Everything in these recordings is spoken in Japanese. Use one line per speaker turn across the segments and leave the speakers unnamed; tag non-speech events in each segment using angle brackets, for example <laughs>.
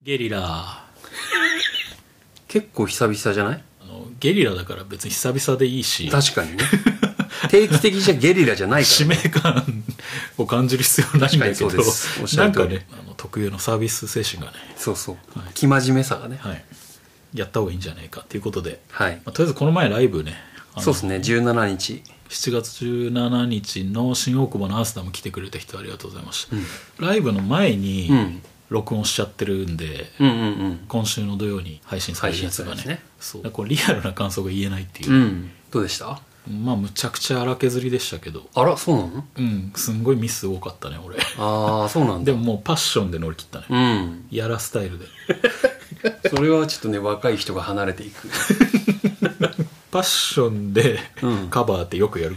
ゲリラあ
結構久々じゃない
のゲリラだから別に久々でいいし
確かにね <laughs> 定期的じゃゲリラじゃないか
使 <laughs>
ら、
命
ね、
感を感じる必要ないんだけ
確かにそうですおっし
ど
ゃ
なん
る通
か
り
ねあの特有のサービス精神がね、
そうそう、
はい
生真面目さがね
はい、やった方がいいんじゃないかということで、
はい
まあ、とりあえずこの前ライブねあの
そうですね17日
7月17日の新大久保のアースダム来てくれた人ありがとうございました、ライブの前に
うん
録音しちゃってるんで、
うんうん
今週の土曜に配信されるやつが
配信される
ね
やつ
そ
ね
うだからこれリアルな感想が言えないっていう
うんう、んどうでした
まあむちゃくちゃ荒削りでしたけど
あらそうなの
うんすんごいミス多かったね俺
ああそうなんだ
でももうパッションで乗り切ったね、
うん
やらスタイルで
それはちょっとね若い人が離れてい
<laughs>
く
パッションで
うん
カバーってよ
<laughs>
くやる、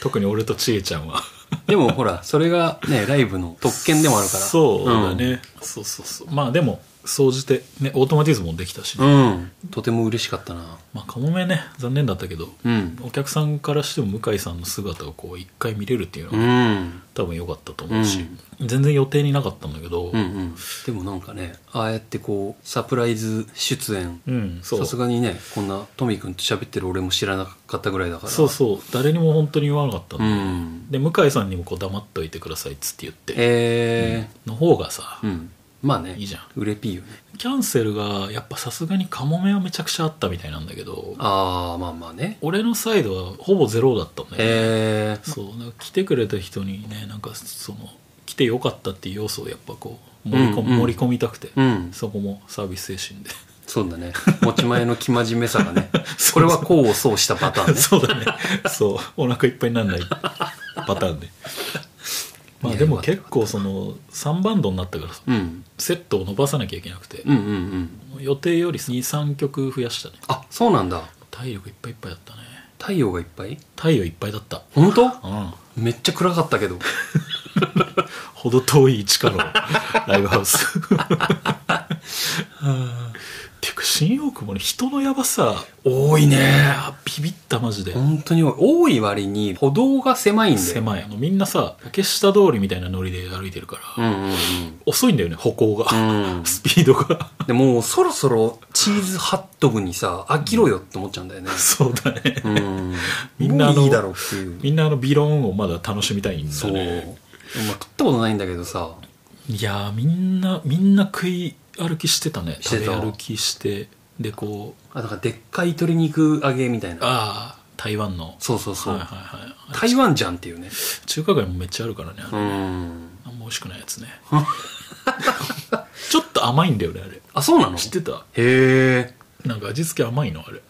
特に俺とちえちゃんは
でもほらそれがねライブの特権でもあるから
そうだね、そうそうそうまあでも総じてねオートマティズムもできたし、ね
うん、うんとても嬉しかったな
まあかもめね残念だったけど、
うん
お客さんからしても向井さんの姿をこう一回見れるっていうの
う
は、
ん
多分良かったと思うし、全然予定になかったんだけど
うんうんでもなんかねああやってこうサプライズ出演
うんそう
さすがにねこんなトミー君と喋ってる俺も知らなかったぐらいだから
そうそう誰にも本当に言わなかったん
う
で,、
ん
で向井さんにもこう黙っといてくださいっつって言って
え
の方がさ、
ーうんまあね
いいじゃん
売れピーよね
キャンセルがやっぱさすがにカモメはめちゃくちゃあったみたいなんだけど
ああまあまあね
俺のサイドはほぼゼロだったんだよね、
えー
そうなんか来てくれた人にねなんかその来てよかったっていう要素をやっぱこう盛り込,、
うんうん
盛り込みたくて、
うん
そこもサービス精神で
そうだね持ち前の生真面目さ
<laughs>
がねこれは功を奏したパターンね
そうだねそうお腹いっぱいにならないパターンでま
い
あ
や
でも
よかった
結構その3バンドになったからさ
うん
セットを伸ばさなきゃいけなくて、
うんうんうん
予定より23曲増やしたね
あそうなんだ
体力いっぱいいっぱいだったね
太陽がいっぱい
太陽いっぱいだった
本当
うん
めっちゃ暗かったけど
ほど遠い位置
<laughs>
からのライブハウスていうか新大久保の人のやばさ
多いね
あービビったマジで
本当に多い多い割に歩道が狭いんだよ
狭いあのみんなさ竹下通りみたいなノリで歩いてるから、
うんうん
遅いんだよね歩行が、
うんうん
スピードが
でもうそろそろチーズハットグにさ飽きろよって思っちゃうんだよね
そうだね
うん
みんなあの
もういいだろうっていう
みんなあのビローンをまだ楽しみたいん
そ
だ
う。ま
ね
あ食ったことないんだけどさ。
いやーみんなみんな食い歩きしてたね
し
食
てた
べ歩きしてでこう
あ、だからでっかい鶏肉揚げみたい
あ
な。
あ台湾の
そうそうそう。
はいはいはいあれ
台湾じゃんっていうね。
中華街もめっちゃあるからねあれ
うん。
あんま美味しくないやつねちょっと甘いんだよねあれ
あ、そうなの
知ってた
へえ。
なんか味付け甘いのあれ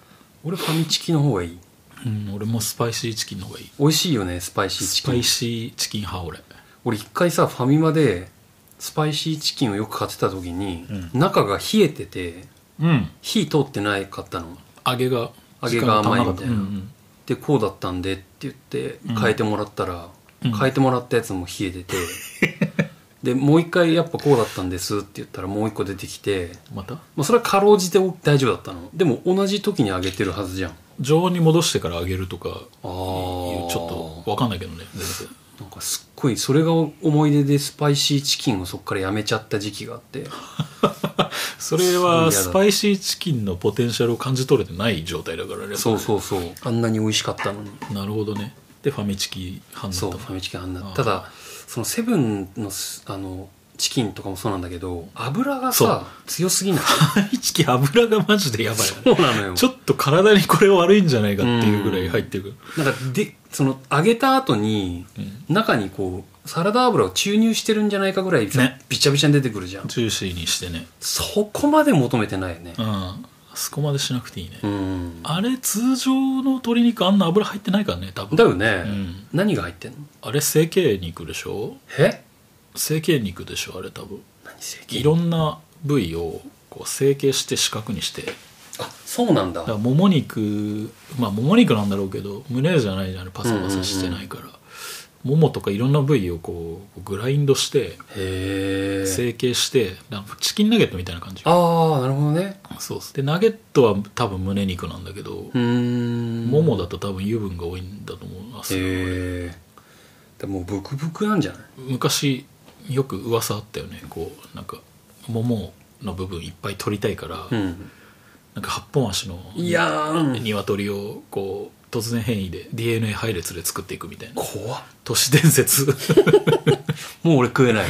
俺ファミチキの方がいい。
うん俺もスパイシーチキンの方がいい
美味しいよね、スパイシーチ
ス
キ
パ
ン
イ。シーチキン派俺
俺一回さ、ファミマで、スパイシーチキンをよく買ってた時に、
う
中が冷えてて、
うん
火通ってないかったの。
揚げが
揚げが甘
時間
いみたいな
が足んかっうんうん
で、こうだったんでって言って
うん、
変えてもらったら、
うん
変えてもらったやつも冷えて <laughs> て、で、もう一回やっぱこうだったんですって言ったらもう一個出てきて、
また
まあ、それはかろうじて大丈夫だったのでも同じ時にあげてるはずじゃんあ
常温に戻してから揚げるとか
あ
いうちょっとわかんないけどね全然
なんかすっごいそれが思い出でスパイシーチキンをそっからやめちゃった時期があって
それは
す
ス
ご
パイシーチキンのポテンシャルを感じ取れてない状態だからね
そうそうそうあんなに美味しかったのに
なるほどねでファミチキ派
そう
になっ
フ
た
ァミチキあんな
あー
ただそのセブンのすあのチキンとかもそうなんだけど油が
そう
さ強すぎない
ファミチキ油がマジでやばいよね
そうな <laughs> のよ
ちょっと体にこれ悪いんじゃないかっていうぐらい入ってくる。
なんかでその揚げた後に中にこうサラダ油を注入してるんじゃないかぐらいさ、
ね
びちゃびちゃに出てくるじゃん
ジューシーにしてね。
そこまで求めてないよね
うん。あそこまでしなくていいね。
うん
あれ、通常の鶏肉あんな油入ってないからね、多分。
だよね、
うん
何が入ってんの
あれ、成形肉でしょ
え
成形肉でしょあれ多分。
何成
い
形
ろんな部位をこう成形して四角にして。だ
あそうなんだ
から、もも肉、まあ、もも肉なんだろうけど、胸じゃないじゃん、パサパサしてないから。ももとかいろんな部位をこう、グラインドして、
へえ
成形して、なんかチキンナゲットみたいな感じ。
ああなるほどね
そうっすでナゲットは多分胸肉なんだけど
うーん
ももだと多分油分が多いんだと思いますよ
へえでもうブクブクなんじゃない
昔よく噂あったよねこうなんかももの部分いっぱい取りたいから、
うん
なんか八本足の
いやー
鶏をこう突然変異で DNA 配列で作っていくみたいな
怖っ
都市伝説
もう俺食えない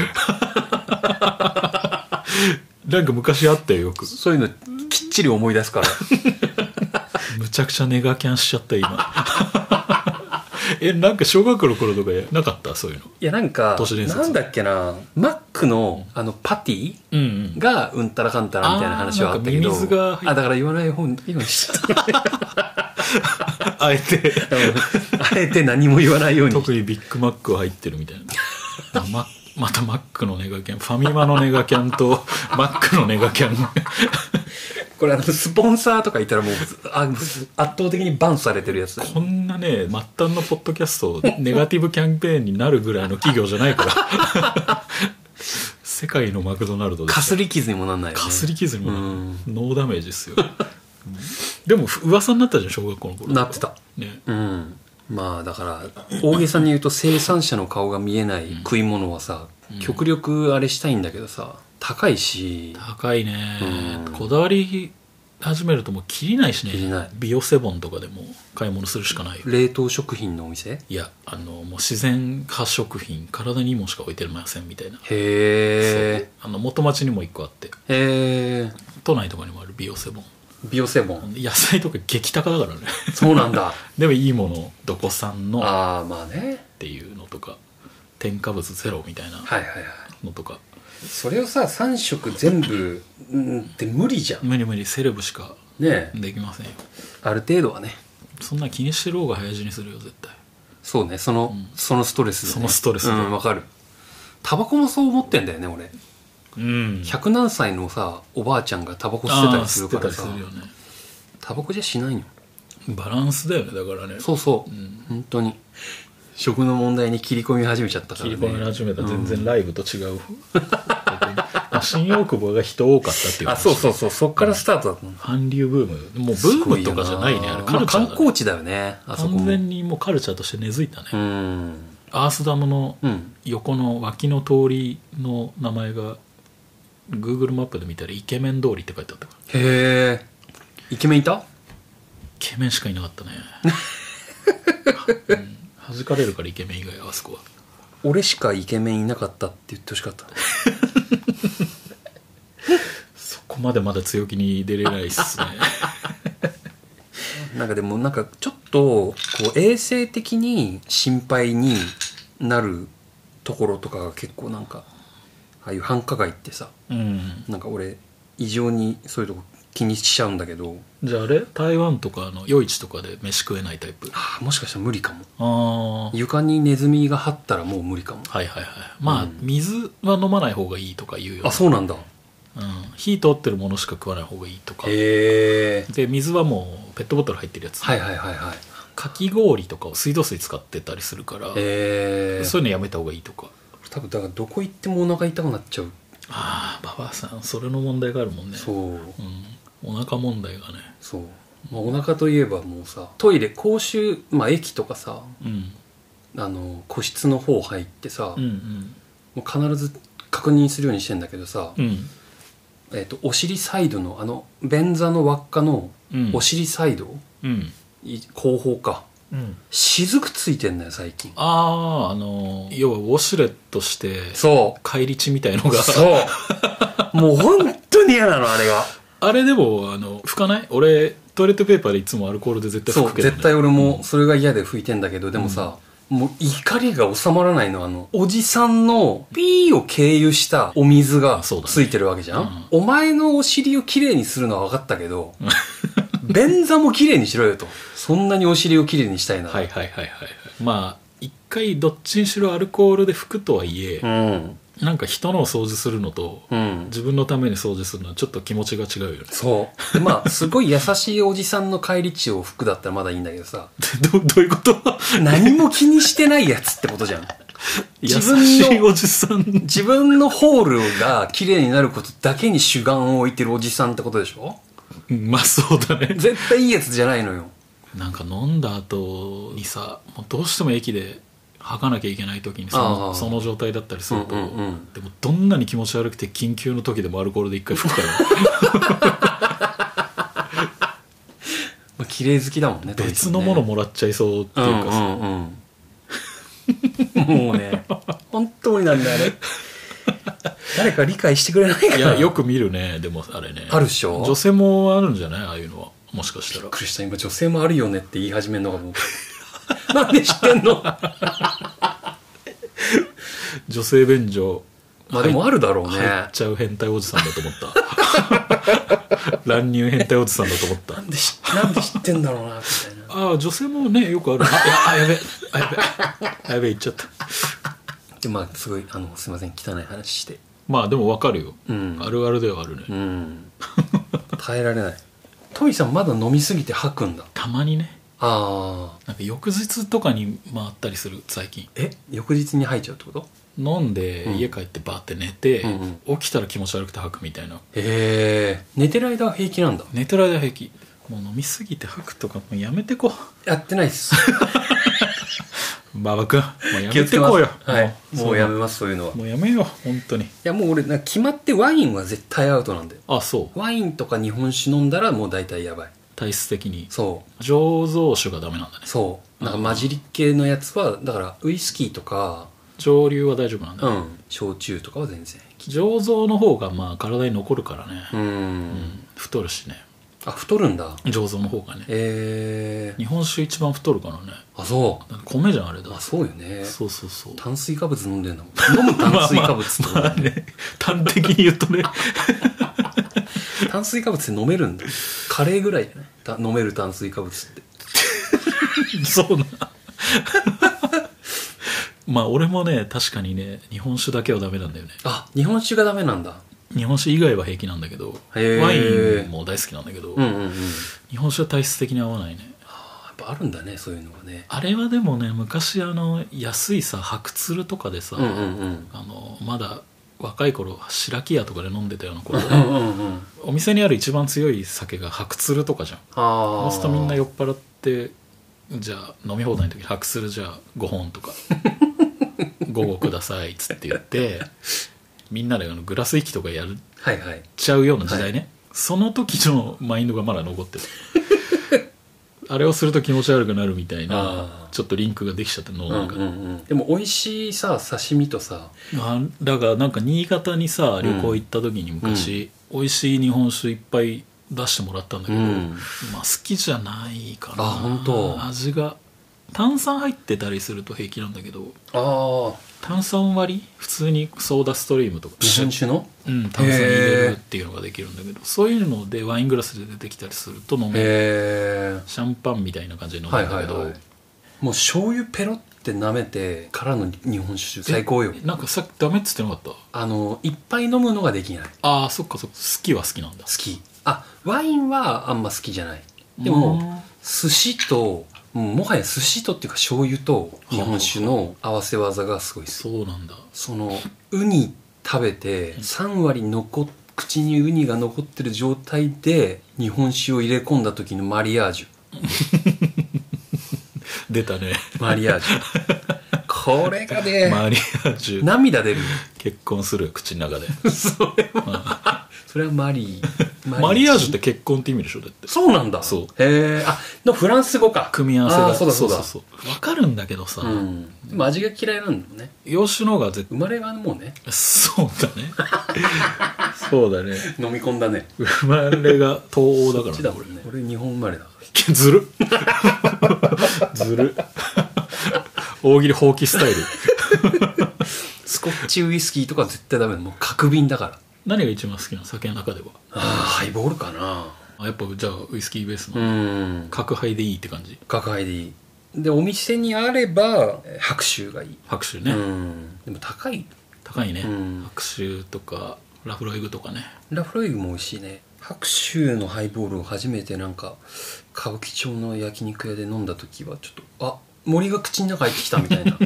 なんか昔あったよよ <laughs> く
<laughs> そういうのきっちり思い出すから
むちゃくちゃネガキャンしちゃった今 <laughs> えなんか小学校の頃とかなかったそういうの
いやなんか
都市伝説
なんだっけなマックのあのパティ
うんうん
がうんたらかんたらみたいな話はあったけど
あーなんかミミズが入っ
あだから言わない方に今知った
あえて
<laughs>
<laughs>
あえて何も言わないように
特にビッグマックは入ってるみたいなあままたマックのネガキャンファミマのネガキャンと <laughs> マックのネガキャン
これあのスポンサーとかいたらもうあ圧倒的にバンされてるやつ
こんなね末端のポッドキャストネガティブキャンペーンになるぐらいの企業じゃないから <laughs> 世界のマクドナルドです
か
よ
すり傷にもなんないよね
かすり傷にもなる
うん
ノーダメージですようんでもふ噂になったじゃん小学校の頃
なってた
ね
うんまあだから大げさに言うと生産者の顔が見えない食い物はさ、極力あれしたいんだけどさ高いし
高いね
うん
こだわり始めるともう切りないしね
切りない
ビオセボンとかでも買い物するしかないよ
冷凍食品のお店へ
いやあのもう自然化食品体にいいもんしか置いてませんみたいな
え
あの元町にも一個あって
へえ
都内とかにもあるビオセボン
ビオセボン
野菜とか激高だからね <laughs>
そうなんだ
でもいいものどこ産のっ
ああまあね
ていうのとか添加物ゼロみたいな
はいはいはい
のとか
それをさ3食全部うんって無理じゃんね
無理無理セレブしか
え
できませんよ
ある程度はね
そんな気にしてる方が早死にするよ絶対
そうねその、そのストレスでね、
そのストレス
う
で
んわかるタバコもそう思ってんだよね俺
うん
百何歳のさおばあちゃんがタバコ吸ってたりするからさ
あー吸ってたりするよね
タバコじゃしないよ
バランスだよねだからね
そうそう、本当に食の問題に切り込み始めちゃったか
切
らね
り込み始めたら全然ライブと違う、まあ <laughs> 新大久保が人多かったっていう話
あそうそうそうそっからスタートだったの
韓流ブームもうブームとかじゃないねあれカ
まあ
ルチャーだ
観
ね
光地だよねあそこも
完全にもうカルチャーとして根付いたね、
うん
アースダムの
うん
横の脇の通りの名前が Google マップで見たらイケメン通りって書いてあったから
へえイケメンいた
イケメンしかいなかった <laughs> ね、うん、弾かれるからイケメン以外はあそこは
俺しかイケメンいなかったって言ってほしかった
そこまでまだ強気に出れないっすね <laughs>
なんかでもなんかちょっとこう衛生的に心配になるところとかが結構なんかああいう繁華街ってさ
うん
なんか俺異常にそういうとこ気にしちゃうんだけど
じゃああれ台湾とかあの夜市とかで飯食えないタイプあ
ああもしかしたら無理かも
あー
床にネズミが張ったらもう無理かも
はいはいはいまあ、
うん
水は飲まない方がいいとか言うよ、ね
あ、そうなんだ
うん、火通ってるものしか食わない方がいいとか
へえ
で水はもうペットボトル入ってるやつ、
はいはいはいはい
かき氷とかを水道水使ってたりするから、
へえ
そういうのやめた方がいいとか
多分だからどこ行ってもお腹痛くなっちゃう
ああ馬場さんそれの問題があるもんね、、
そううん
お腹問題がね
そう、まあ、お腹といえばもうさトイレ公衆まあ駅とかさ
うん
あの個室の方入ってさ、
うんうん
もう必ず確認するようにしてんだけどさ、
うん
えっとお尻サイドのあの便座の輪っかの
うん
お尻サイド、
うん、
い後方か
うん、
雫ついてんのよ最近
あああの要はウォシュレットして
そ
返り血みたいの
う
が
そうもう本当に嫌なのあれが
<laughs> あれでもあの拭かない俺トイレットペーパーでいつもアルコールで絶対
そ
拭
う
くけど、ね、
絶対俺もそれが嫌で拭いてんだけどでもさ、もう怒りが収まらないのあのおじさんのピーを経由したお水が
そうだね
ついてるわけじゃん、お前のお尻をきれいにするのは分かったけど <laughs> 便座もきれいにしろよとそんなにお尻をきれいにしたいなら
はいはいはいはいはいまあ一回どっちにしろアルコールで拭くとはいえ、
うん
なんか人のを掃除するのと
うん
自分のために掃除するのはちょっと気持ちが違うよね <laughs>
そうでまあすごい優しいおじさんの帰り地を服だったらまだいいんだけどさ
どどういうこと
何も気にしてないやつってことじゃん
<laughs> 優
自分の
しいおじさん <laughs>
自分のホールが綺麗になることだけに主眼を置いてるおじさんってことでしょ
うんまあそうだね
絶対いいやつじゃないのよ。
なんか飲んだ後にさもうどうしても駅で吐かなきゃいけない時にそ
ああ
のその状態だったりすると、
うんうんうん
でもどんなに気持ち悪くて緊急の時でもアルコールで一回吹くから
<laughs> まあ、綺麗好きだもんね
別のもの
っ
もらっちゃいそうって
て
い
いう
う
か
か
さ、
さ、
うんうんうんもうね本当になんだよね誰か理解してくれないかない
やよく見るねでもあれね
あるっしょ
女性もあるんじゃないああいうのはもしかした
び <laughs>
ら
っくりした今女性もあるよねって言い始めるのがもう <laughs> なんで知ってんの
女性便所
まあでもあるだろうね、
入っちゃう変態おじさんだと思った <laughs> 乱入変態おじさんだと思った
なんで知なんで知ってんだろうなみたいな
ああ女性もねよくあるあいやあやべえあやべえあやべえ言っちゃった
でまあすごいあのすいません汚い話して
まあでもわかるよ、
うん
あるあるではあるね、
うん耐えられないトイさんまだ飲みすぎて吐くんだ
たまにね
ああ
なんか翌日とかに回ったりする最近
え翌日に吐いちゃうってこと
飲んで
うん
家帰ってバーって寝て、
うん
起きたら気持ち悪くて吐くみたいな
へえ寝てる間は平気なんだ
寝てる間平気もう飲みすぎて吐くとかもうやめて
<laughs>
こ
やってないっす
う馬場君もうやめてこうよ
はい
もう
もうやめますそういうのは
もうやめよう本当に
いやもう俺なんか決まってワインは絶対アウトなんで
あそう
ワインとか日本酒飲んだらもう大体やばい
体質的に
そ
醸造酒がダメなんだね
うそうなんか混じり系のやつはだからウイスキーとか
蒸留は大丈夫なんだ、
う
ね
ん焼酎とかは全然
醸造の方がまあ体に残るからね、
うん、
うん太るしね
あ太るんだ
醸造の方がね
ええ
日本酒一番太るからね
あそ
だって米じゃんあれ
うまあ
だ
そうよね
そうそうそう
炭水化物飲んでんだもん飲む炭水化物 <laughs> ってことだ
ま
よ
あね端的に言うと
<laughs>
ね
炭水化物って飲めるんだカレーぐらいじゃないた飲める炭水化物って
そうなまあ俺もね確かにね日本酒だけはダメなんだよね
あ日本酒がダメなんだ
日本酒以外は平気なんだけどワ
へー
インも大好きなんだけど、
うんうんうんや
日本酒は体質的に合わないね
っぱあるんだねそういうのがね
あれはでもね昔あの安いさ白鶴とかでさ、
うんうんうん
あのまだ若い頃白木屋とかで飲んでたような頃
うんうんうん
お店にある一番強い酒が白鶴とかじゃん
あ
そう
あ
するとみんな酔っ払ってじゃあ飲み放題の時に白鶴じゃあ5本
<laughs>
とか5合くださいっつって言ってみんなであのグラス行きとかやっ
はいはい
ちゃうような時代ね、その時のマインドがまだ残
<laughs>
ってるあれをすると気持ち悪くなるみたい
あ
な
ー
ちょっとリンクができちゃって脳
う
の
ん
中
う
で、
んうんでも美味しいさ刺身とさ
あだからなんか新潟にさ旅行行った時に昔、美味しい日本酒いっぱい出してもらったんだけど、
うん
まあ好きじゃないかな
あ本当
味が炭酸入ってたりすると平気なんだけど
ああ
炭酸割り普通にソーダストリームとか
日本酒の
うん、炭酸入れるっていうのができるんだけどそういうのでワイングラスで出てきたりすると飲む
へ
シャンパンみたいな感じで
え
飲
は
む
い
んだ
はい
けど、
はいもう醤油ペロって舐めてからの日本酒最高よ
えなんかさっきダメっつってなかった
あのいっぱい飲むのができない好
ああそっかそっか好きは好きなんだ
きあワインはあんま好きじゃないで
う
も
ん
寿司とうんもはや寿司とっていうか醤油と日本酒の合わせ技がすごいです
そうなんだ
そのウニ食べて3割残っ口にウニが残ってる状態で日本酒を入れ込んだ時のマリアージ
出たね
ュマリアージュ <laughs> これがね、
<laughs> マリアージュ
涙出るよ
結婚する口の中で
それはそれはマリー
<laughs> マリアージュって結婚って意味でしょだって
そうなんだ
そう
へえあのフランス語か
組み合わせ
あー
が
そうだそうだ
そうそうわかるんだけどさ、
うんでも味が嫌いなんだもんね
洋酒の方が絶 <laughs>
生まれはもうね
対そうだね <laughs> そうだね
飲み込んだね
生まれが東欧だ
こっ
か
ち
ら
だ
ね
俺ね俺日本生まれだから
俺ずる <laughs> ずる大喜利放棄スタイル
スコッチウイスキーとか絶対ダメだもう角瓶だから
何が一番好きなの酒の中では
ああハイボールかな
あやっぱじゃあウイスキーベース
う
の
ん
角杯でいいって感じ
角ハイでいいでお店にあればえー白州がいい
拍手
う
ね、
んでも高い
高いね、
うん
白州とかラフロイグとかね
ラフロイグも美味しいね白州のハイボールを初めてなんか歌舞伎町の焼肉屋で飲んだ時はちょっとあ森が口の中入ってきたみた
<laughs>
いな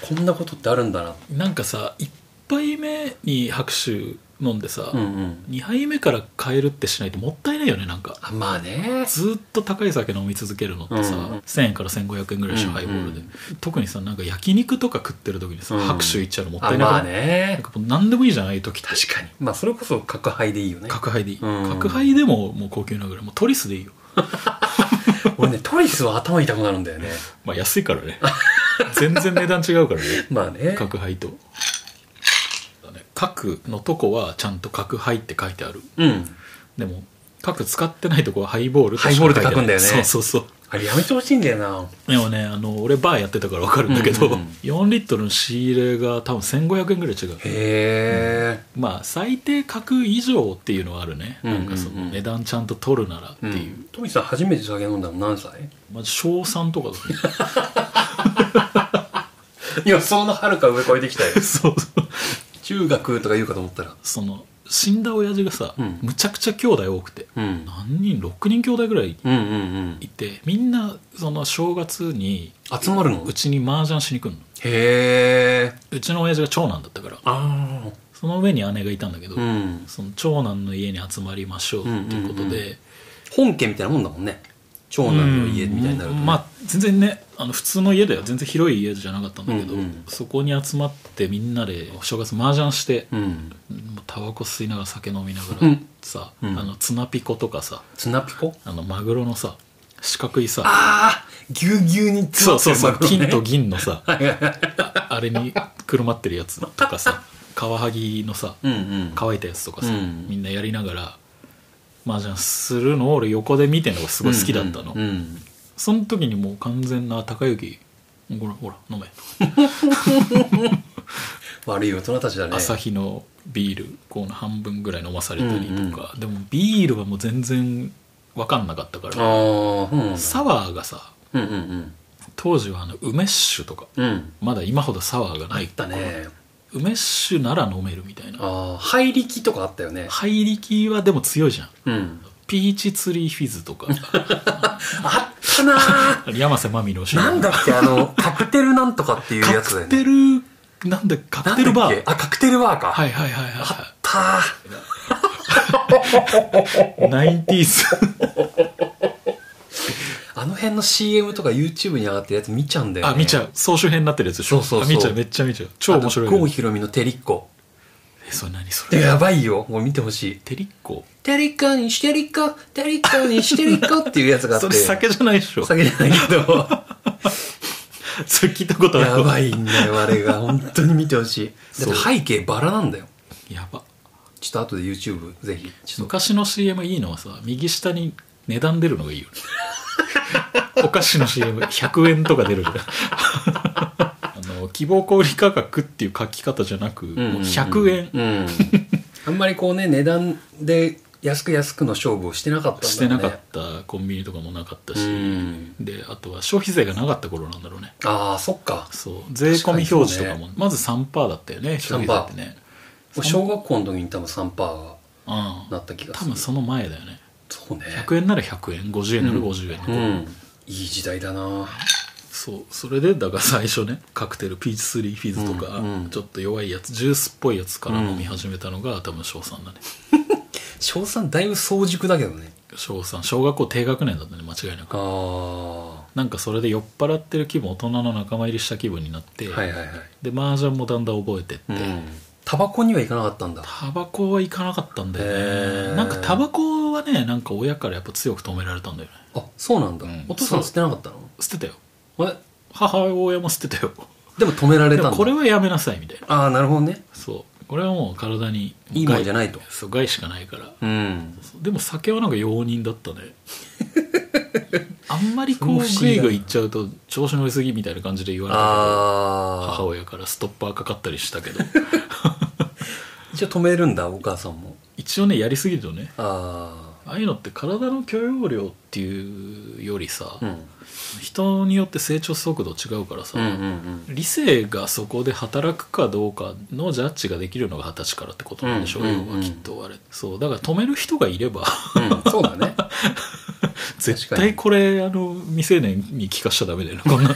こんなことってあるんだな
なんかさ一杯目に白州飲んでさ、
うんうん
2杯目から変えるってしないともったいないよねなんか
あまあね
ずっと高い酒飲み続けるのってさ、
うんうん
1000円から1500円ぐらいでしょ、
うんうん
ハイボールで特にさなんか焼肉とか食ってる時にさ、
うん
拍手いっちゃうのもった
あ
いなく
ま
な
あ
い、な
ね
んかもう何でもいいじゃんああいう時って
確かにまあそれこそ角杯でいいよね
角杯でいい、
うん
角杯でももう高級なぐらいもうトリスでいいよ
俺ねトリスは頭痛くなるんだよね
まあ安いから
<laughs>
ね全然値段違うからね
まあね
角杯とだね角のとこはちゃんと角杯って書いてある
うん
でも角使ってないとこはハイボール
ハイボールって書くんだよね
そうそうそう
あれやめてほしいんだよな
でもねあの俺バーやってたから分かるんだけど、
うんうんうん
4リットルの仕入れが多分1500円ぐらい違う
へえ
まあ最低格以上っていうのはあるね、
うんうんうん
なんかその値段ちゃんと取るならっていう、
トミさん初めて酒飲んだの何歳
まあ小3とかだ
<laughs>
とね
予想のはるか上超えてきたよ
そうそう
中学とか言うかと思ったら
その死んだ親父がさ、
うん
むちゃくちゃ兄弟多くて
うん
何人6人兄弟ぐらい
うんうん
いてみんなその正月に
うん集まるの
うちに麻雀しに来るの
へえ
うちの親父が長男だったから
あ
その上に姉がいたんだけど、
あうん
その長男の家に集まりましょうっていうことで、
本家みたいなもんだもんね長男の家みたいになるとね、
うんまあ全然ねあの普通の家では全然広い家じゃなかったんだけど、
うんうん
そこに集まってみんなでお正月麻雀して、
うん
もうタバコ吸いながら酒飲みなが
う
ら
ん
さ、
うん
あのツナピコとかさ
ツナピコ
あのマグロのさ四角いさ
ああぎゅうぎゅうに
そう
詰まって
そう
る
そう
マグロね
金
<laughs>
と銀のさ
はいはいはい
ああれにくるまってるやつとかさカワハギのさ
うんうん
乾いたやつとかさ、
うん
みんなやりながら麻雀するのを俺横で見てるのがすごい好きだったの、
うんうん
その時にもう完全な高之ほらほら飲め、
悪い大人たちだね
朝日のビールこの半分ぐらい飲まされたりとか、でもビールはもう全然分かんなかったか
あ
ら
あうんうん
サワーがさ
うんうん
当時はあの梅酒とか
うんうん
まだ今ほどサワーがな
入
い
ったね
梅酒なら飲めるみたいな
ああ入り気とかあったよね
入り気はでも強いじゃん
うん
ピーチツリーフィズと
<laughs>
か
あったな
<laughs>
ー
山瀬まみの
なんだっけあのカクテルなんとかっていうや
カ
つだよ
クテ
ね
ルなんだカクテルバ
なんだっ
ー
けあカクテルバーか、、
はいいはいはいはい
たー
ナインティース
あの辺の CM とか YouTube に上がってるやつ見ちゃうんだよね。
あ、見ちゃ
う。
う。総集編になってるやつでしょ
そうそうそう
あ見ちゃう、めっちゃ見ちゃう。超面白い
あと郷
よ。
ひろみのテリッコ。
え、それ何それ
やばいよ。もう見てほしい。
テリッコ
テリッコにしてリッコ、テリッコにしてリッコ <laughs> っていうやつがあって。
それ酒じゃないでしょ
酒じゃないけ
<laughs>
ど。
それ聞いたことある
やば
い。
いんだよ、あれが。本当に見てほしい。だって
そう
背景バラなんだよ。
やば。
ちょっと後で YouTube ぜひ。ちょっと。
昔の CM いいのはさ、右下に値段出るのがいい
<laughs>
よね。お菓子の CM、100円とか出
<laughs>
るじゃん。あの、希望小売価格っていう書き方じゃなく、もう100円
うん。 <laughs> あんまりこうね、値段で安く安くの勝負をしてなかったんだ
してなか
っ
ったコンビニとかもなかった
う
し、
ん。
で、あとは消費税がなかった頃なんだろうね。
ああ、そっか。
そう税込み表示とかもまず3%だったよね消費税ってね
俺小学校の時に多分3%が
うん
なった気が
多
する
分その前だよね
そうね
100円なら100円50円なら50円、
うんいい時代だな
そうそれでだから最初ねカクテルピーチスリーフィズとか、
うんうん
ちょっと弱いやつジュースっぽいやつから飲み始めたのが、多分小3だね
小3だいぶ早熟だけどね
小3小学校低学年だったね間違いなく
あ
なんかそれで酔っ払ってる気分大人の仲間入りした気分になって、
あはいはいはい
で麻雀もだんだん覚えてって、
うんタバコにはいかなかったんだ
タバコはいかなかったんだよ
へー
ねなんかタバコはねなんか親からやっぱ強く止められたんだよね
あそうなんだ
うん
お父さん吸ってなかったの
捨てたよ
え
母親も捨てたよ
でも止めら
で
れたん
も
だ
これはやめなさいみたいな
ああなるほどね
そうこれはもう体に
いいもんじゃないと
そう害しかないから
うん
そうでも酒はなんか容認だった
<laughs>
ねあんまりこう
それ不
グイ
思議だな
グイいっちゃうと調子乗りすぎみたいな感じで言われたけど母
ああ
親からストッパーかかったりしたけど <laughs>
一応止めるんだお母さんも
一応ねやりすぎるとね
あ
ああいうのって体の許容量っていうよりさ、
あうん
人によって成長速度違うからさ、
うんうんうん
理性がそこで働くかどうかのジャッジができるのが二十歳からってことなんでしょう、
うんうん
要はきっとあれそうだから止める人がいれば
うんそうだ <laughs> ね
絶
確かに
対これあの未成年に聞かしちゃ
<laughs>
ダメだよなこんな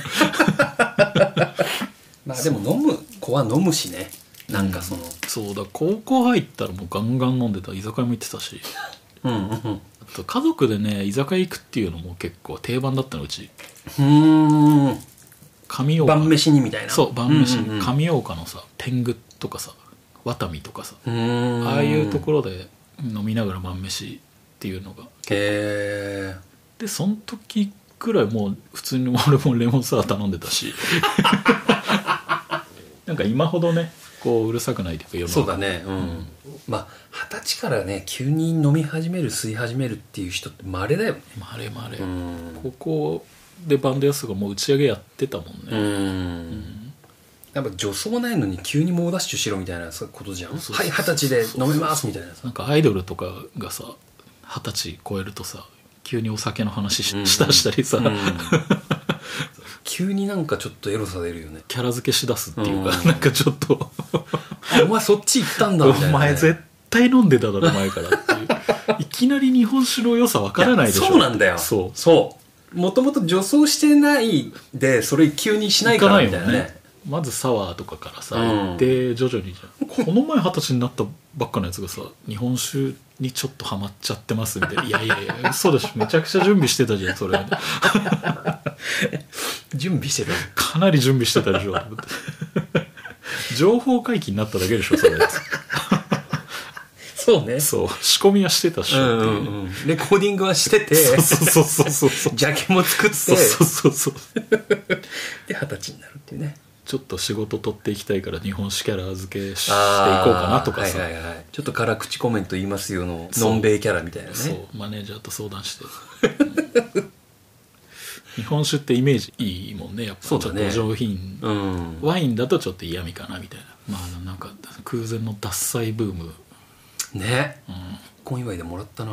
まあでも飲む子は飲むしねなんかその
そうだ高校入ったらもうガンガン飲んでた居酒屋も行ってたし
うんうん
あと家族でね居酒屋行くっていうのも結構定番だったのうち
うんう
神
ーん
岡
晩飯にみたいな
そう晩飯、
うんうんうん
神岡のさ天狗とかさワタミとかさ
うーん
ああいうところで飲みながら晩飯っていうのが
へえ
でその時くらいもう普通に俺もレモンサワー頼んでた
<laughs>
しなんか今ほどねこううるさくないというか世の中
そうだねうん、まあ二十歳からね急に飲み始める吸い始めるっていう人ってまれだよね
まああれまああれ、
ん
ここでバンドやすがもう打ち上げやってたもん
う
ね、
んやっぱ女装ないのに急に猛ダッシュしろみたいなそういうことじゃん
そうそう
はい二十歳で飲めますみたいなさ
なんかアイドルとかがさ二十歳超えるとさ急にお酒の話し,、
うん
たしたりさ、 <laughs>
うん急になんかちょっとエロさ出るよね
キャラ付けしだすっていうか、
うん
なんかちょっと
あお前そっち行ったんだみたいな
お
ね、
前絶対飲んでただろ前からっていういきなり日本酒の良さわからないでしょ
やそうなんだよ
そう
そうもともと女装してないでそれ急にしないからみたいなね
まずサワーとかからさ、
うん
行って徐々にじゃんこの前二十歳になったばっかのやつがさ日本酒にちょっとハマっちゃってますみたいな「いやいやいや嘘でしょめちゃくちゃ準備してたじゃんそれ」
準備してた
かなり準備してたでしょと思って情報回帰になっただけでしょそれ
そうね
そう仕込みはしてたっしょ
う
っ
ん
てい
う
うん
うんレコーディングはしてて
そうそうそうそうそう
ジャケも作って
そうそうそうそう
で二十歳になるっていうね
ちょっと仕事取っていきたいから日本酒キャラ付けしていこう
あー
かなとかさ、
はいはいはい、ちょっと辛口コメント言いますよの
そう
のんべいキャラみたいなね
そうマネージャーと相談して <laughs> うん日本酒ってイメージいいもんねやっぱち
そ
ょ
う
っと
だね
上品、
ん
ワインだとちょっと嫌味かなみたいなまあなんか空前の脱菜ブーム、
ね
うん
結婚祝いでもらったな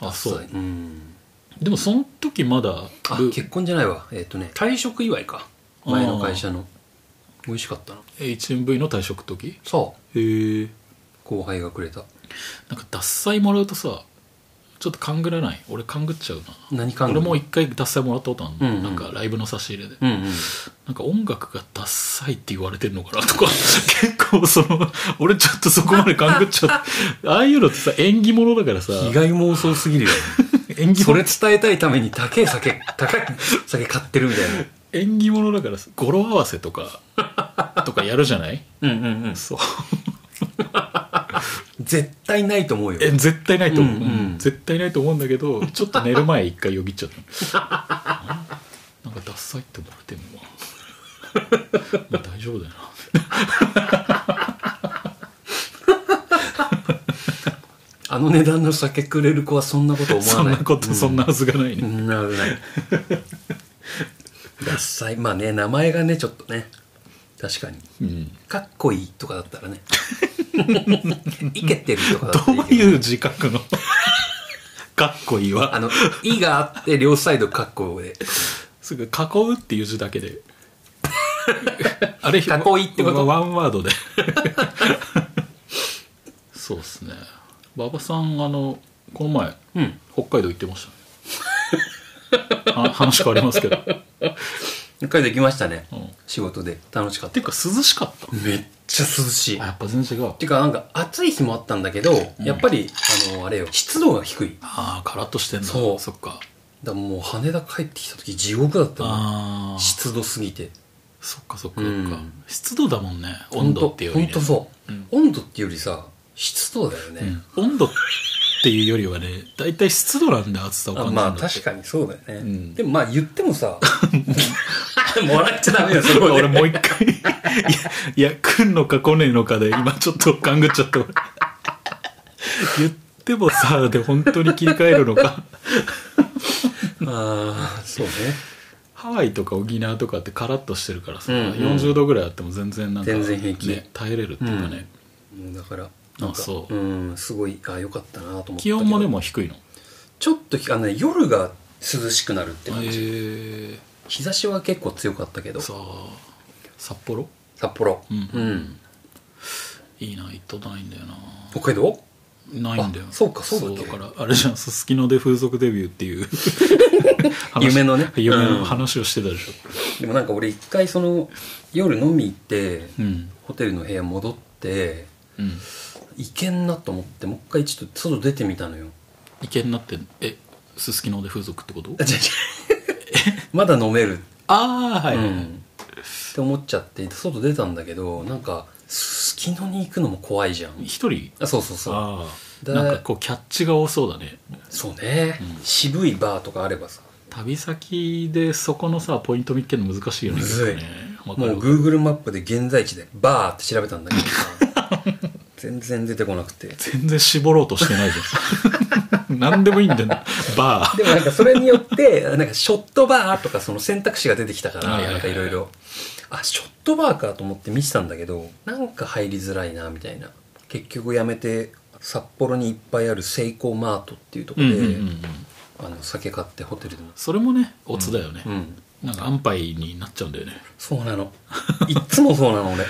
あそう
実際うん
でもその時まだ
あ
ル
結婚じゃないわえっ、とね退職祝いか
あー
前の会社の美味しかったな
HMV の退職時
そう
へえ
後輩がくれた
なんか脱菜もらうとさちょっと勘ぐらない俺勘ぐっちゃう
何か
な俺も一回脱菜もらったことあるの、
うんうん
なんかライブの差し入れで、
うんうん
なんか音楽がダッサいって言われてるのかなとか、 <laughs> 結構その、俺ちょっとそこまで勘ぐっちゃ <laughs> って、ああいうのってさ、縁起物だからさ、
被害妄想すぎ <laughs> るよ
縁起
そ
物
れ伝えたいために高い酒高い酒買ってるみたい
縁起物だからさ、語呂合わせとか、 <laughs> とかやるじゃない
なうんうんうん
そう。
絶対ないと思うよ
え、絶対ないと思う、
うんうん
絶対ないと思うんだけど、ちょっと寝る前一回よぎっちゃった。 <laughs> なんかダッサいって思われてる <laughs> のは、まあ大丈夫だよな。
あの値段の酒くれる子は <laughs> そんなこと思わない
そんなこと、
う
そんなはずがないね。
うん <laughs> なるないダッサいまあね名前がねちょっとね確かに
うん
かっこいいとかだったら <laughs> ねイケてるとかだったら
どう
いいけど
いう自覚の <laughs> かっこいいわ
あの「い」があって両サイドかっこで
すぐ「囲う」っていう字だけで <laughs> あれ囲
いってこと
ワンワードでそうっすね馬場さんあのこの前
うん
北海道行ってま <laughs> したねは話変わりますけど、うん、っ
一回できましたね、
うん
仕事で楽しかってた
いうか涼しかった
めっちゃ涼しい
あやっぱ全然違う
ていうかなんか暑い日もあったんだけど、やっぱりあのあれよ湿度が低い
ああカラッとしてんだ
そう
そっか
だからもう羽田帰ってきた時地獄だったの
ああ
湿度すぎて
そっかそっかそっか、
うん
湿度だもんね温度っていうより、ね、
本当そう、
うん
温度っていうよりさ湿度だよね、
うん温度っていうよりはね大体湿度なんで暑さを感
あ
じるんだ
ま
っ
あ
て
確かにそうだよね、
ん
でもまあ言ってもさ
<laughs>
もらっちゃダメよそれ
俺 <laughs>
<laughs> 俺
もう一回いやいや来んのか来ねえのかで今ちょっと勘ぐっちゃった俺言ってもさで本当に切り替えるのか
ああそうね
ハワイとか沖縄とかってカラッとしてるからさ、
うんうん
40度ぐらいあっても全然なんか、
全然平気
ね、耐えれるっていうかね、
もうだからなん
あ
か
そう
うんすごいあよかったなと思ったけど
気温もでも低いの
ちょっとあの、ね、夜が涼しくなるって
え
感じ、
ー、
日差しは結構強かったけど
さあ札幌
札幌
うん
ん
いいな行ったことないんだよな
北海道
ないんだよ
あそうかそうだっけ
だからあれじ
<laughs>
ゃんすすきので風俗デビューっていう話
夢のね
夢
う
の
ん
話をしてたでしょ
でもなんか俺一回その夜飲み行って、
うん
ホテルの部屋戻っって
うん
いけんなと思ってもう一回ちょっと外出てみたのよ
違憲になってえすすきので風俗ってこと <laughs>
あ違う違うまだ飲める、
ああはい、
うん、って思っちゃって外出たんだけどなんかすすきのに行くのも怖いじゃん
一人
あそうそうそう
ああ
だ
なんかこうキャッチが多そうだね
そうね、
うん
渋いバーとかあればさ
旅先でそこのさポイント見つけるの難しいよね
むずい
結構ねわか
も
る
う Google マップで現在地でバーって調べたんだけ
<laughs>
どさ全然出てこなくて
全然絞ろうとしてないじ
<laughs>
ゃん何でもいいんだよバー
でもなんかそれによって <laughs> なんかショットバーとかその選択肢が出てきたから
はいはいはい
なんかいろいろあショットバーかと思って見てたんだけどなんか入りづらいなみたいな結局やめて札幌にいっぱいあるセイコーマートっていうとこ
う
ろ
ん
で、
うんうんうん
あの酒買ってホテルでも
それもねオツだよね、
うん
なんか安牌になっちゃうんだよね
そうなのいっつもそうなの
<laughs>
俺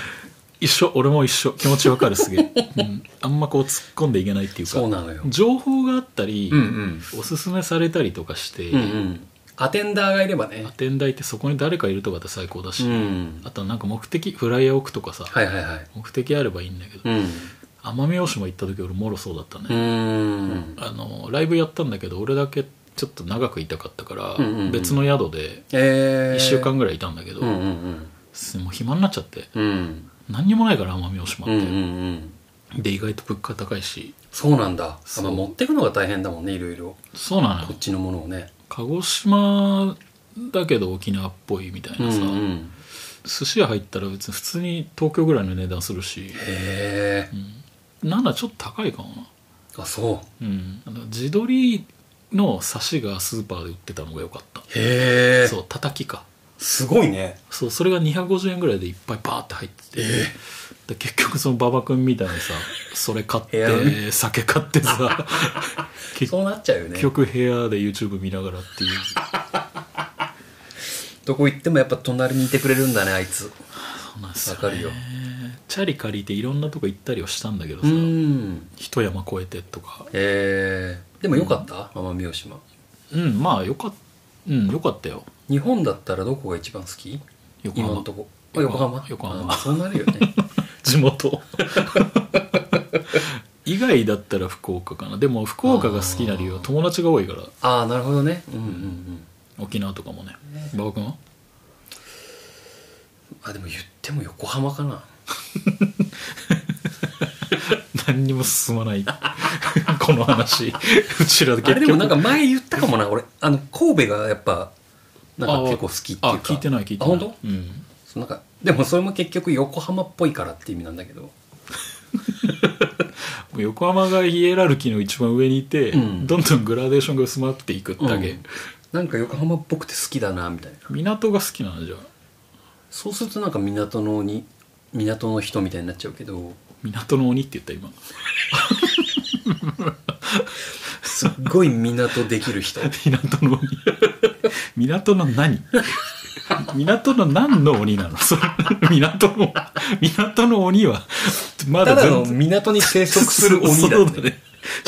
一緒俺も一緒気持ちわかるすげえ、うん、あんまこう突っ込んでいけないっていうか
そうなのよ
情報があったり、
うんうん
おすすめされたりとかして、
うんうんアテンダーがいればね
アテンダーってそこに誰かいるとかって最高だし、
うん
あとなんか目的フライヤー置くとかさ、
はいはいはい
目的あればいいんだけど、
うん
奄美大島行った時俺もろそうだったね、
うーん
あのライブやったんだけど俺だけちょっと長くいたかったから、
うんうんうん
別の宿で
えー
1週間ぐらいいたんだけど、
うんうん
すもう暇になっちゃって
うんうん
何にもないから奄美大島っ
う
て、
んうんうん
で意外と物価高いし
そうなんだ
そう
まあ持ってくのが大変だもんねいろいろ
そうなの
こっ
よ
ちのものをね
鹿児島だけど沖縄っぽいみたいなさ、
ん
寿司屋入ったら別に普通に東京ぐらいの値段するし、
へえ
うん、なんだちょっと高いかもな、
あそ
うん、あの地鶏の刺しがスーパーで売ってたのが良かった
うへえ
そうたたきか
すごいね
そうそれが250円ぐらいでいっぱいバーって入ってて、で結局その馬場君みたいにさそれ買っ
部屋
て酒買って
<laughs>
さ結
そうなっちゃうよね
局部屋で YouTube 見ながらっていう
どこ行ってもやっぱ隣にいてくれるんだねあいつ
そうなんですよ、ね、
わかるよ
チャリ借りていろんなとこ行ったりはしたんだけど
う
さ、
ん
一山越えてとか
へえでもよかった奄美大島
うんまあよかっうんよかったよ
日本だったらどこが一番好き
横
今
浜
のとこあ横浜
横浜
あそうなるよね
地元以外だったら福岡かなでも福岡が好きな理由は友達が多いから
ああなるほどねうんうんうん
沖縄とかもね馬場君は
あでも言っても横浜かな
何にも進まない <laughs> この話うちらで
あ
結
れで
局
もなんか前言ったかもな俺あの神戸がやっぱなん
あ
か結構好きっていう
あ
か
聞いてない聞いてない
あ本当
うん
そうなんかでもそれも結局横浜っぽいからって意味なんだけど
もう横浜がヒエラルキーの一番上にいて、
うん
どんどんグラデーションが薄まっていくだけ、
うんなんか横浜っぽくて好きだなみたいな
港が好きなのじゃあ
そうするとなんか港のに港の人みたいになっちゃうけ
<laughs>
ど
港の鬼って言った今
すっごい港できる人
<laughs> 港の鬼港の何港の何の鬼なのそれ港の港の鬼はまだ
ただ
全
の
然
港に生息する鬼だ
そ
よ
う
ね
だね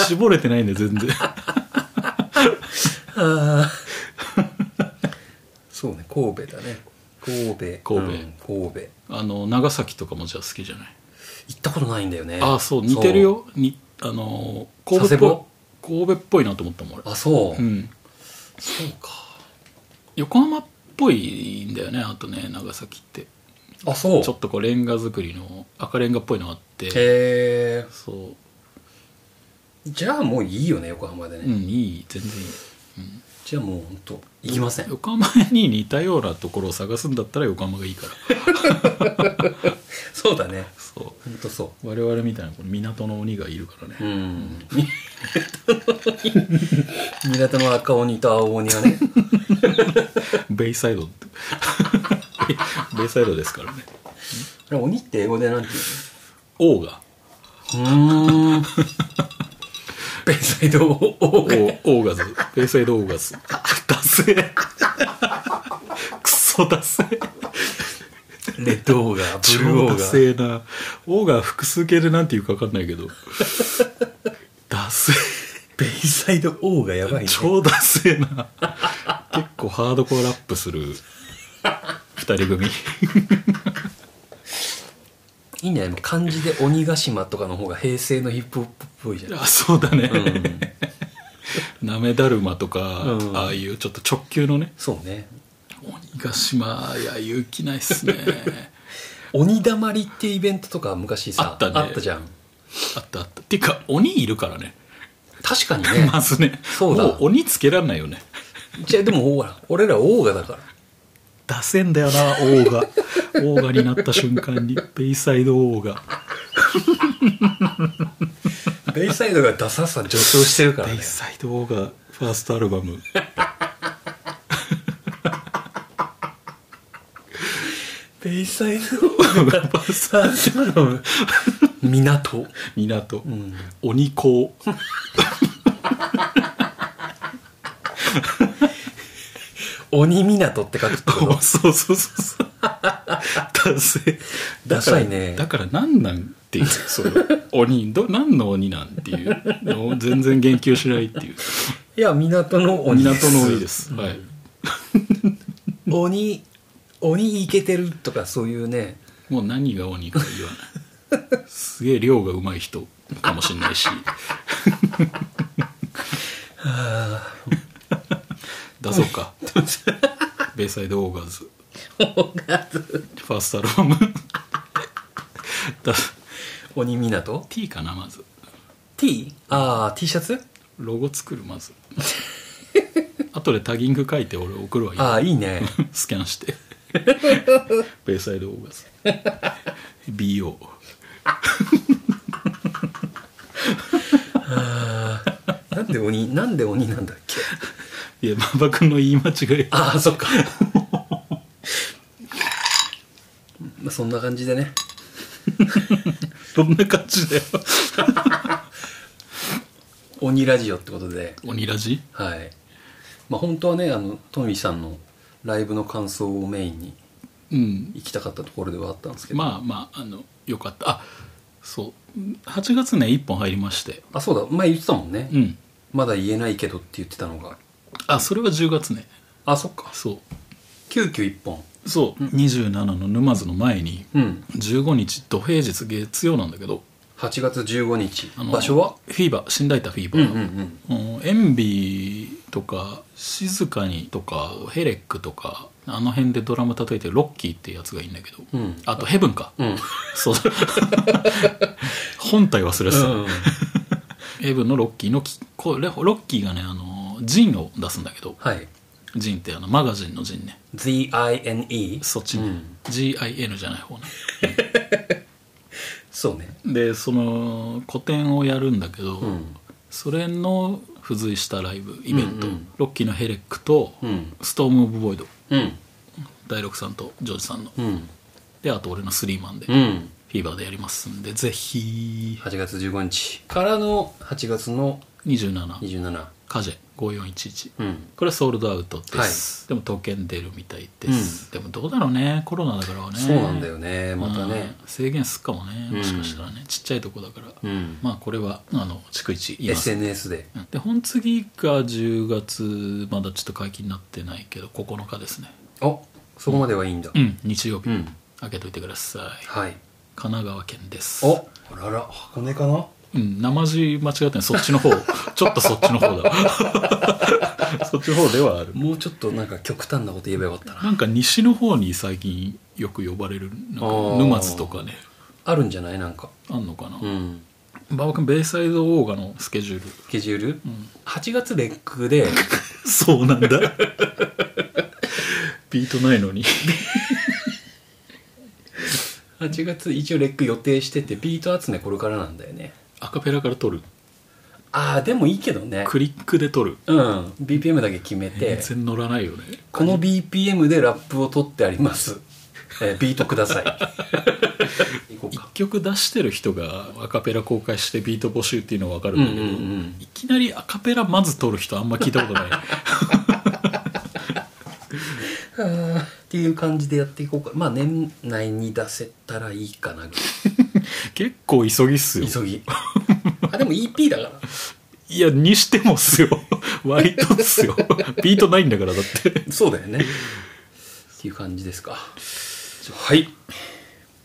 絞れてないんだよ
<laughs>
全然
あーそうね神戸だね神戸
神
戸、うん神戸行
あの長崎とかもじゃあ好きじゃない
ったことないんだよね
ああそう似てるよにあのー神戸っぽい神戸っぽいなと思ったもん俺
あそう、
うん
そうか
横浜っぽいんだよねあとね長崎って
あそう
ちょっとこうレンガ造りの赤レンガっぽいのがあって
へえ
そ
じゃあもういいよね横浜でね、
ううんいい全然いい
じゃあもう本当行きません
横浜に似たようなところを探すんだったら横浜がいいから
そうだね
そ
本当そう
我々みたいなこの港の鬼がいるからね、
<laughs> うん港の赤鬼と青鬼がね
ベイサイドって <laughs> ベイサイドですからね
あれ鬼って英語でなんて
王が
言う
<laughs>
のうーんベイサイド <laughs> 王が
オーガズ。ベイサイドオーガズ。ダセえ。クソダセえ。
レッド王がブルー
超
王
ダ
が
セえな。オーガ複数形でなんていうかわかんないけど。ダセ
ベイサイド王がやばい
え。
ね
超ダセえな。結構ハードコアラップする二人組。
いいんじゃないもう漢字で鬼ヶ島とかの方が平成のヒップホップっぽいじゃん。
あそうだね、
うん、
なめだるまとか、
うん
ああいうちょっと直球のね
そうね。
鬼ヶ島いや勇気ないっす
<laughs>
ね
鬼だまりっていうイベントとか昔さ
あったね
じゃん。
あったあったっていうか鬼いるからね
確かにね。
まずね
そうだ
もう鬼つけらんないよね
じゃあでもほら、俺らオーガだから。
出せんだよな王が <laughs> 王がになった瞬間にベイサイド王が
ベイサイドがダサさ助長してるから
ベ
ね
イ。サイド王がファーストアルバ
<laughs>
ム <laughs>
ベイサイドがダサさの港。
港、
ん
鬼校
鬼港って書くってこと
そうそうそうそうダセえ
ダサいね
だからだから何なんっていうその鬼ど何の鬼なんっていうのを全然言及しないっていう
いや、港の鬼です。
港の鬼です、はい
鬼、鬼いけてるとかそういうね。
もう何が鬼か言わないすげえ量がうまい人かもしれないし出そうかベイサイドオーガーズファーストアルバムだ
鬼港
T かなまず
?T? ああ、T シャツ
ロゴ作るまず <laughs> 後でタギング書いて俺送るわ
あ
今
あ、いいね。
スキャンして
<laughs>
ベイサイドオーガズ BO
なんで鬼、なんで鬼なんだっけ
いや馬場君の言い間違い
ああ、そっか。まあ、そんな感じでね。
どんな感じだよ
鬼ラジオってことで。
鬼ラジ
はい。まあ、本当はね、あの、トミーさんのライブの感想をメインに
うん
行きたかったところではあったんですけど。
まあまああのよかったあそう8月ね1本入りまして
あ、そうだ、前言ってたもんね。
うん
まだ言えないけどって言ってたのが。
あそれは10月ね
あ、そっか。
そ
急遽一本。
うそう、27の沼津の前に
うん。
15日土平日月曜なんだけど
8月15日。
あの
場所は
フィーバー新大田フィーバ
うん
ー、
うんうん。
うんエンビとか静かにとかヘレックとかあの辺でドラム叩いてるロッキーってやつがいいんだけど、
うん。
あとヘブンか、
うん。
そう本体忘れてた、
うん
ヘブンのロッキーのきこれロッキーがねあのジンを出すんだけど
はい。
ジンってあのマガジンのジンね
Z-I-N-E。
そっちね、
うん
GIN じゃない方ね
そうね。
でその個展をやるんだけど、
うん。
それの付随したライブイベント、
うんうん
ロッキーのヘレックと、
うん。
ストーム・オブ・ボイド
うん。
大六さんとジョージさんの
うん。
であと俺のスリーマンで、
う
フ
ん。
ィーバーでやりますんでぜひ
8月15日からの8月の
27
27。
カジェ5411
うん。
これはソールドアウトです、でも東券出るみたいです、でもどうだろうねコロナだからね
そうなんだよね。またね。
うん制限すっかもね
うん
もしかしたらね、ちっちゃいとこだから、
うん。
まあこれはあの逐一言います、
SNS で。
うんで本次が10月まだちょっと解禁になってないけど9日ですね
あそこまではいいんだ
う。ん日曜日、
うん。
開けといてください
はい。
神奈川県です
おあらら、箱根かな
うん、生地間違ってないそっちの <laughs> 方ちょっとそっちの方だわ <laughs> そっちの方ではある
もうちょっとなんか極端なこと言えばよかったな。
なんか西の方に最近よく呼ばれるなんか
あー
沼津とかね
あるんじゃないなんか。
あんのかな
うん。
馬場君ベイサイドオーガのスケジュール、
スケジュール
うん、
?8 月レックで、
そうなんだ <laughs> ビートないの <laughs> に
8月一応レック予定してて、ビート集めこれからなんだよね。
アカペラから撮る
ああ、でもいいけどね。
クリックで撮る
うん。BPM だけ決めて
全、然乗らないよね
この BPM でラップを取ってあります。えービートくださ <laughs> い。いこうか
1。曲出してる人がアカペラ公開してビート募集っていうのは分かる
うんん
だ
う
け
ん
ど、
うん。
いきなりアカペラまず撮る人あんま聞いたことない
っていう感じでやっていこうか。まあ年内に出せたらいいかな。
結構急ぎっすよ
急 <laughs> ぎ。あ、でも EP だから。
いやにしてもっす <laughs> よ割とっすよビートないんだからだって
そうだよね。っていう感じですか。はい。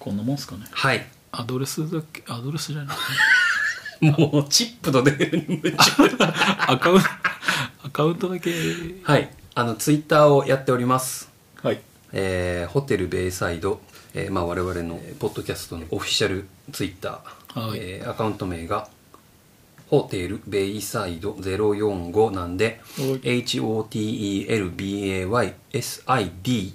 こんなもんすかね
はい。
アドレスだっけアドレスじゃない
もうチップのレベルに夢中
<laughs> アカウントアカウントだけ
はいあのツイッターをやっております
はい
えーホテルベイサイド、えーまあ、我々のえーポッドキャストのオフィシャルツイッター、
はい
えーアカウント名がホテルベイサイド045なんで
はい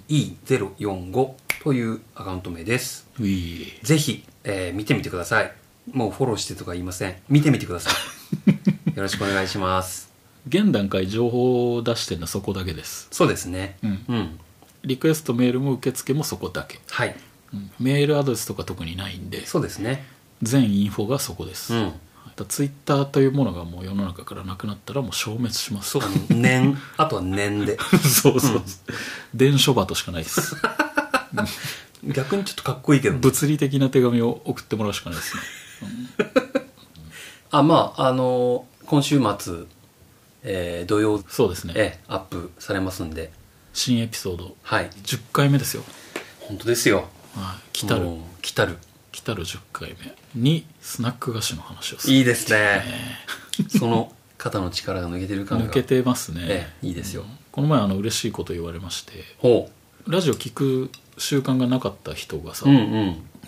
HOTELBAYSIDE045 というアカウント名です
ウィー
ぜひ、えー見てみてくださいもうフォローしてとか言いません見てみてくださ
<laughs>
いよろしくお願いします
現段階情報を出してるのはそこだけです
そうですね
うん
うん
リクエストメールも受付もそこだけ、
はい
うんメールアドレスとか特にないんで
そうですね
全インフォがそこです、
うん
ツイッターというものがもう世の中からなくなったらもう <laughs> 消滅します
そう年 <laughs> あとは年で
そうそう伝書鳩しかない <laughs> です
逆にちょっとかっこいいけどね
物理的な手紙を送ってもらうしかない
<laughs>
ですね
あまああの今週末、えー土曜、
そうですね
えーアップされますんで
新エピソード
はい
10回目ですよ、
本当ですよ
はい、来たる
もう来たる
来たる10回目にスナック菓子の話をする
いいですね <laughs> その肩の力が抜けてる感が
抜けてますね、
ええいいですよ
この前あの嬉しいこと言われまして
ほ
ラジオ聞く習慣がなかった人がさ、
ううん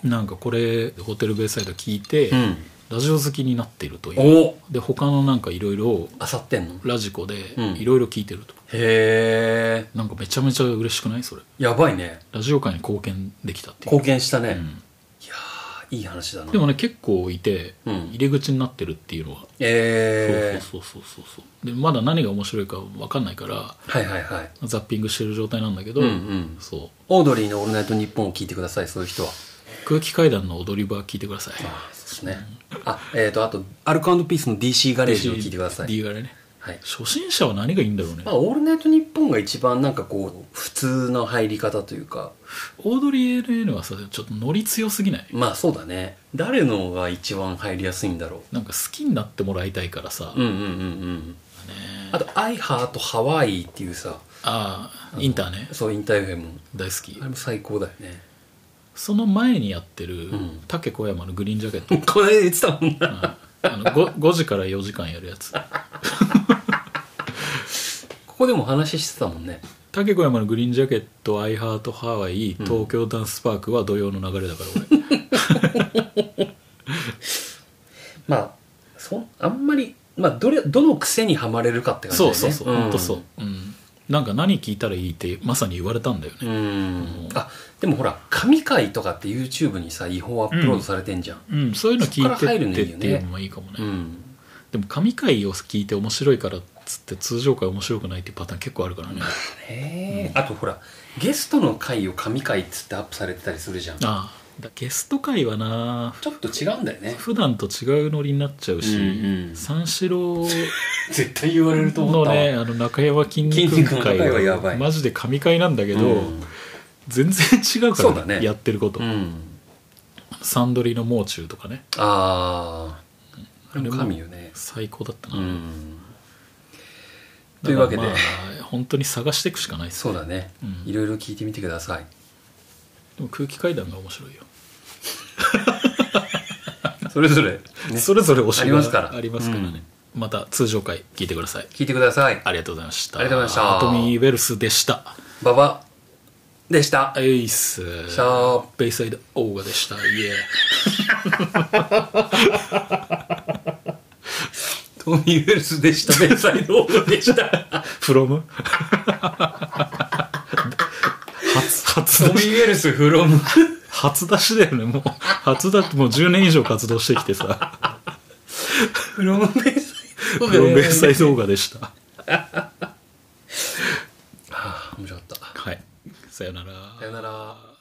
うん
なんかこれホテルベイサイド聞いて、
うん
ラジオ好きになっているという
お
で他のなんかいろいろ
あさってんのへ
ラジコで
うん
いろいろ聞いてると、
え
なんかめちゃめちゃ嬉しくないそれ
やばいね
ラジオ界に貢献できたっていう
貢献したね、
う
い
ん
やーいい話だな
でもね結構いて、
うん
入り口になってるっていうのは
えー
そうそうそうそうそうでまだ何が面白いか分かんないから
はいはいはい
ザッピングしてる状態なんだけど、
うんうん
そう
オードリーの「オールナイトニッポン」を聞いてくださいそういう人は
空気階段の踊り場聞いてください
あそうですね。あ、えっ、と、あと、アルコピースの DC ガレージを聞いてくださ
D
い。
がね
はい。
初心者は何がいいんだろうね
まあ、オールナイトニッポンが一番なんかこう、普通の入り方というか、
オードリー LN はさちょっとノリ強すぎない
まあそうだね。誰のが一番入りやすいんだろ
なんか好きになってもらいたいからさ、
う。うんうんうんうん。
ね
あと、アイハートハワイっていうさ、
ああインターね
そう、インターフェム。
大好き
あれも最高だよね。 <laughs>
その前にやってる
うん
竹小山のグリーンジャケット、
これ言ってたもんな。
あの 5, 時から4時間やるやつ
ここでも話してたもんね。
竹小山のグリーンジャケット「アイハートハワイ」「東京ダンスパーク」は土曜の流れだから
<laughs>
俺、
まあ、そんあんまり、まあ、どれ、どの癖にはまれるかって感じだ
そう
よね。
そうそう、ほんとそう、うん、なんか何聞いたらいいってまさに言われたんだよね、
うんあでもほら神回とかって YouTube にさ違法アップロードされてんじゃん、
うん、そういうの聞
そっから入る
い
の
て
い
っ
い
て
よ
っていう
ね
のもいいかもね
うん
でも神回を聞いて面白いからっつって通常回面白くないっていうパターン結構あるからね
へえあとほらゲストの回を神回っつってアップされてたりするじゃんちょ
ああだゲスト回はな
っと違うんだよね <laughs>
普段と違うノリになっちゃうし、
うんうん
三四郎
絶対言われると <laughs> 思
の
ったわ、
ねあの中山筋
筋
肉
肉の
会
会はやばい
マジで神回なんだけど、
うん
全然違うか
そう
ら
だ
ね
ね
やってること、
うん
サンドリのもう中とかね
あああれも神よね
最高だったな、
うん
だ
という
から
わけで
まあ本当に探していくしかないです
そうだね、
うん
いろいろ聞いてみてください
でも空気階段が面白いよ、
<laughs> それぞれ、ね
それぞれお
あ
仕
りますから
ありますからね、また通常回聞いてください
聞いてください
ありがとうございました
ありがとうございました
トミー・ウェルスでした
ババでした
エイス
シャープ
ベイサイドオーガでしたイエー
トミー・ウェルスでしたベイサイドオーガでした
フロム初初
トミ
出し
ー・ウェルスフロム
初出しだよねもう初出しもう10年以上活動してきてさ
フロムベイサイド
フロムベイサイドオーガでした
ああ面白かった
はいさよなら
さよなら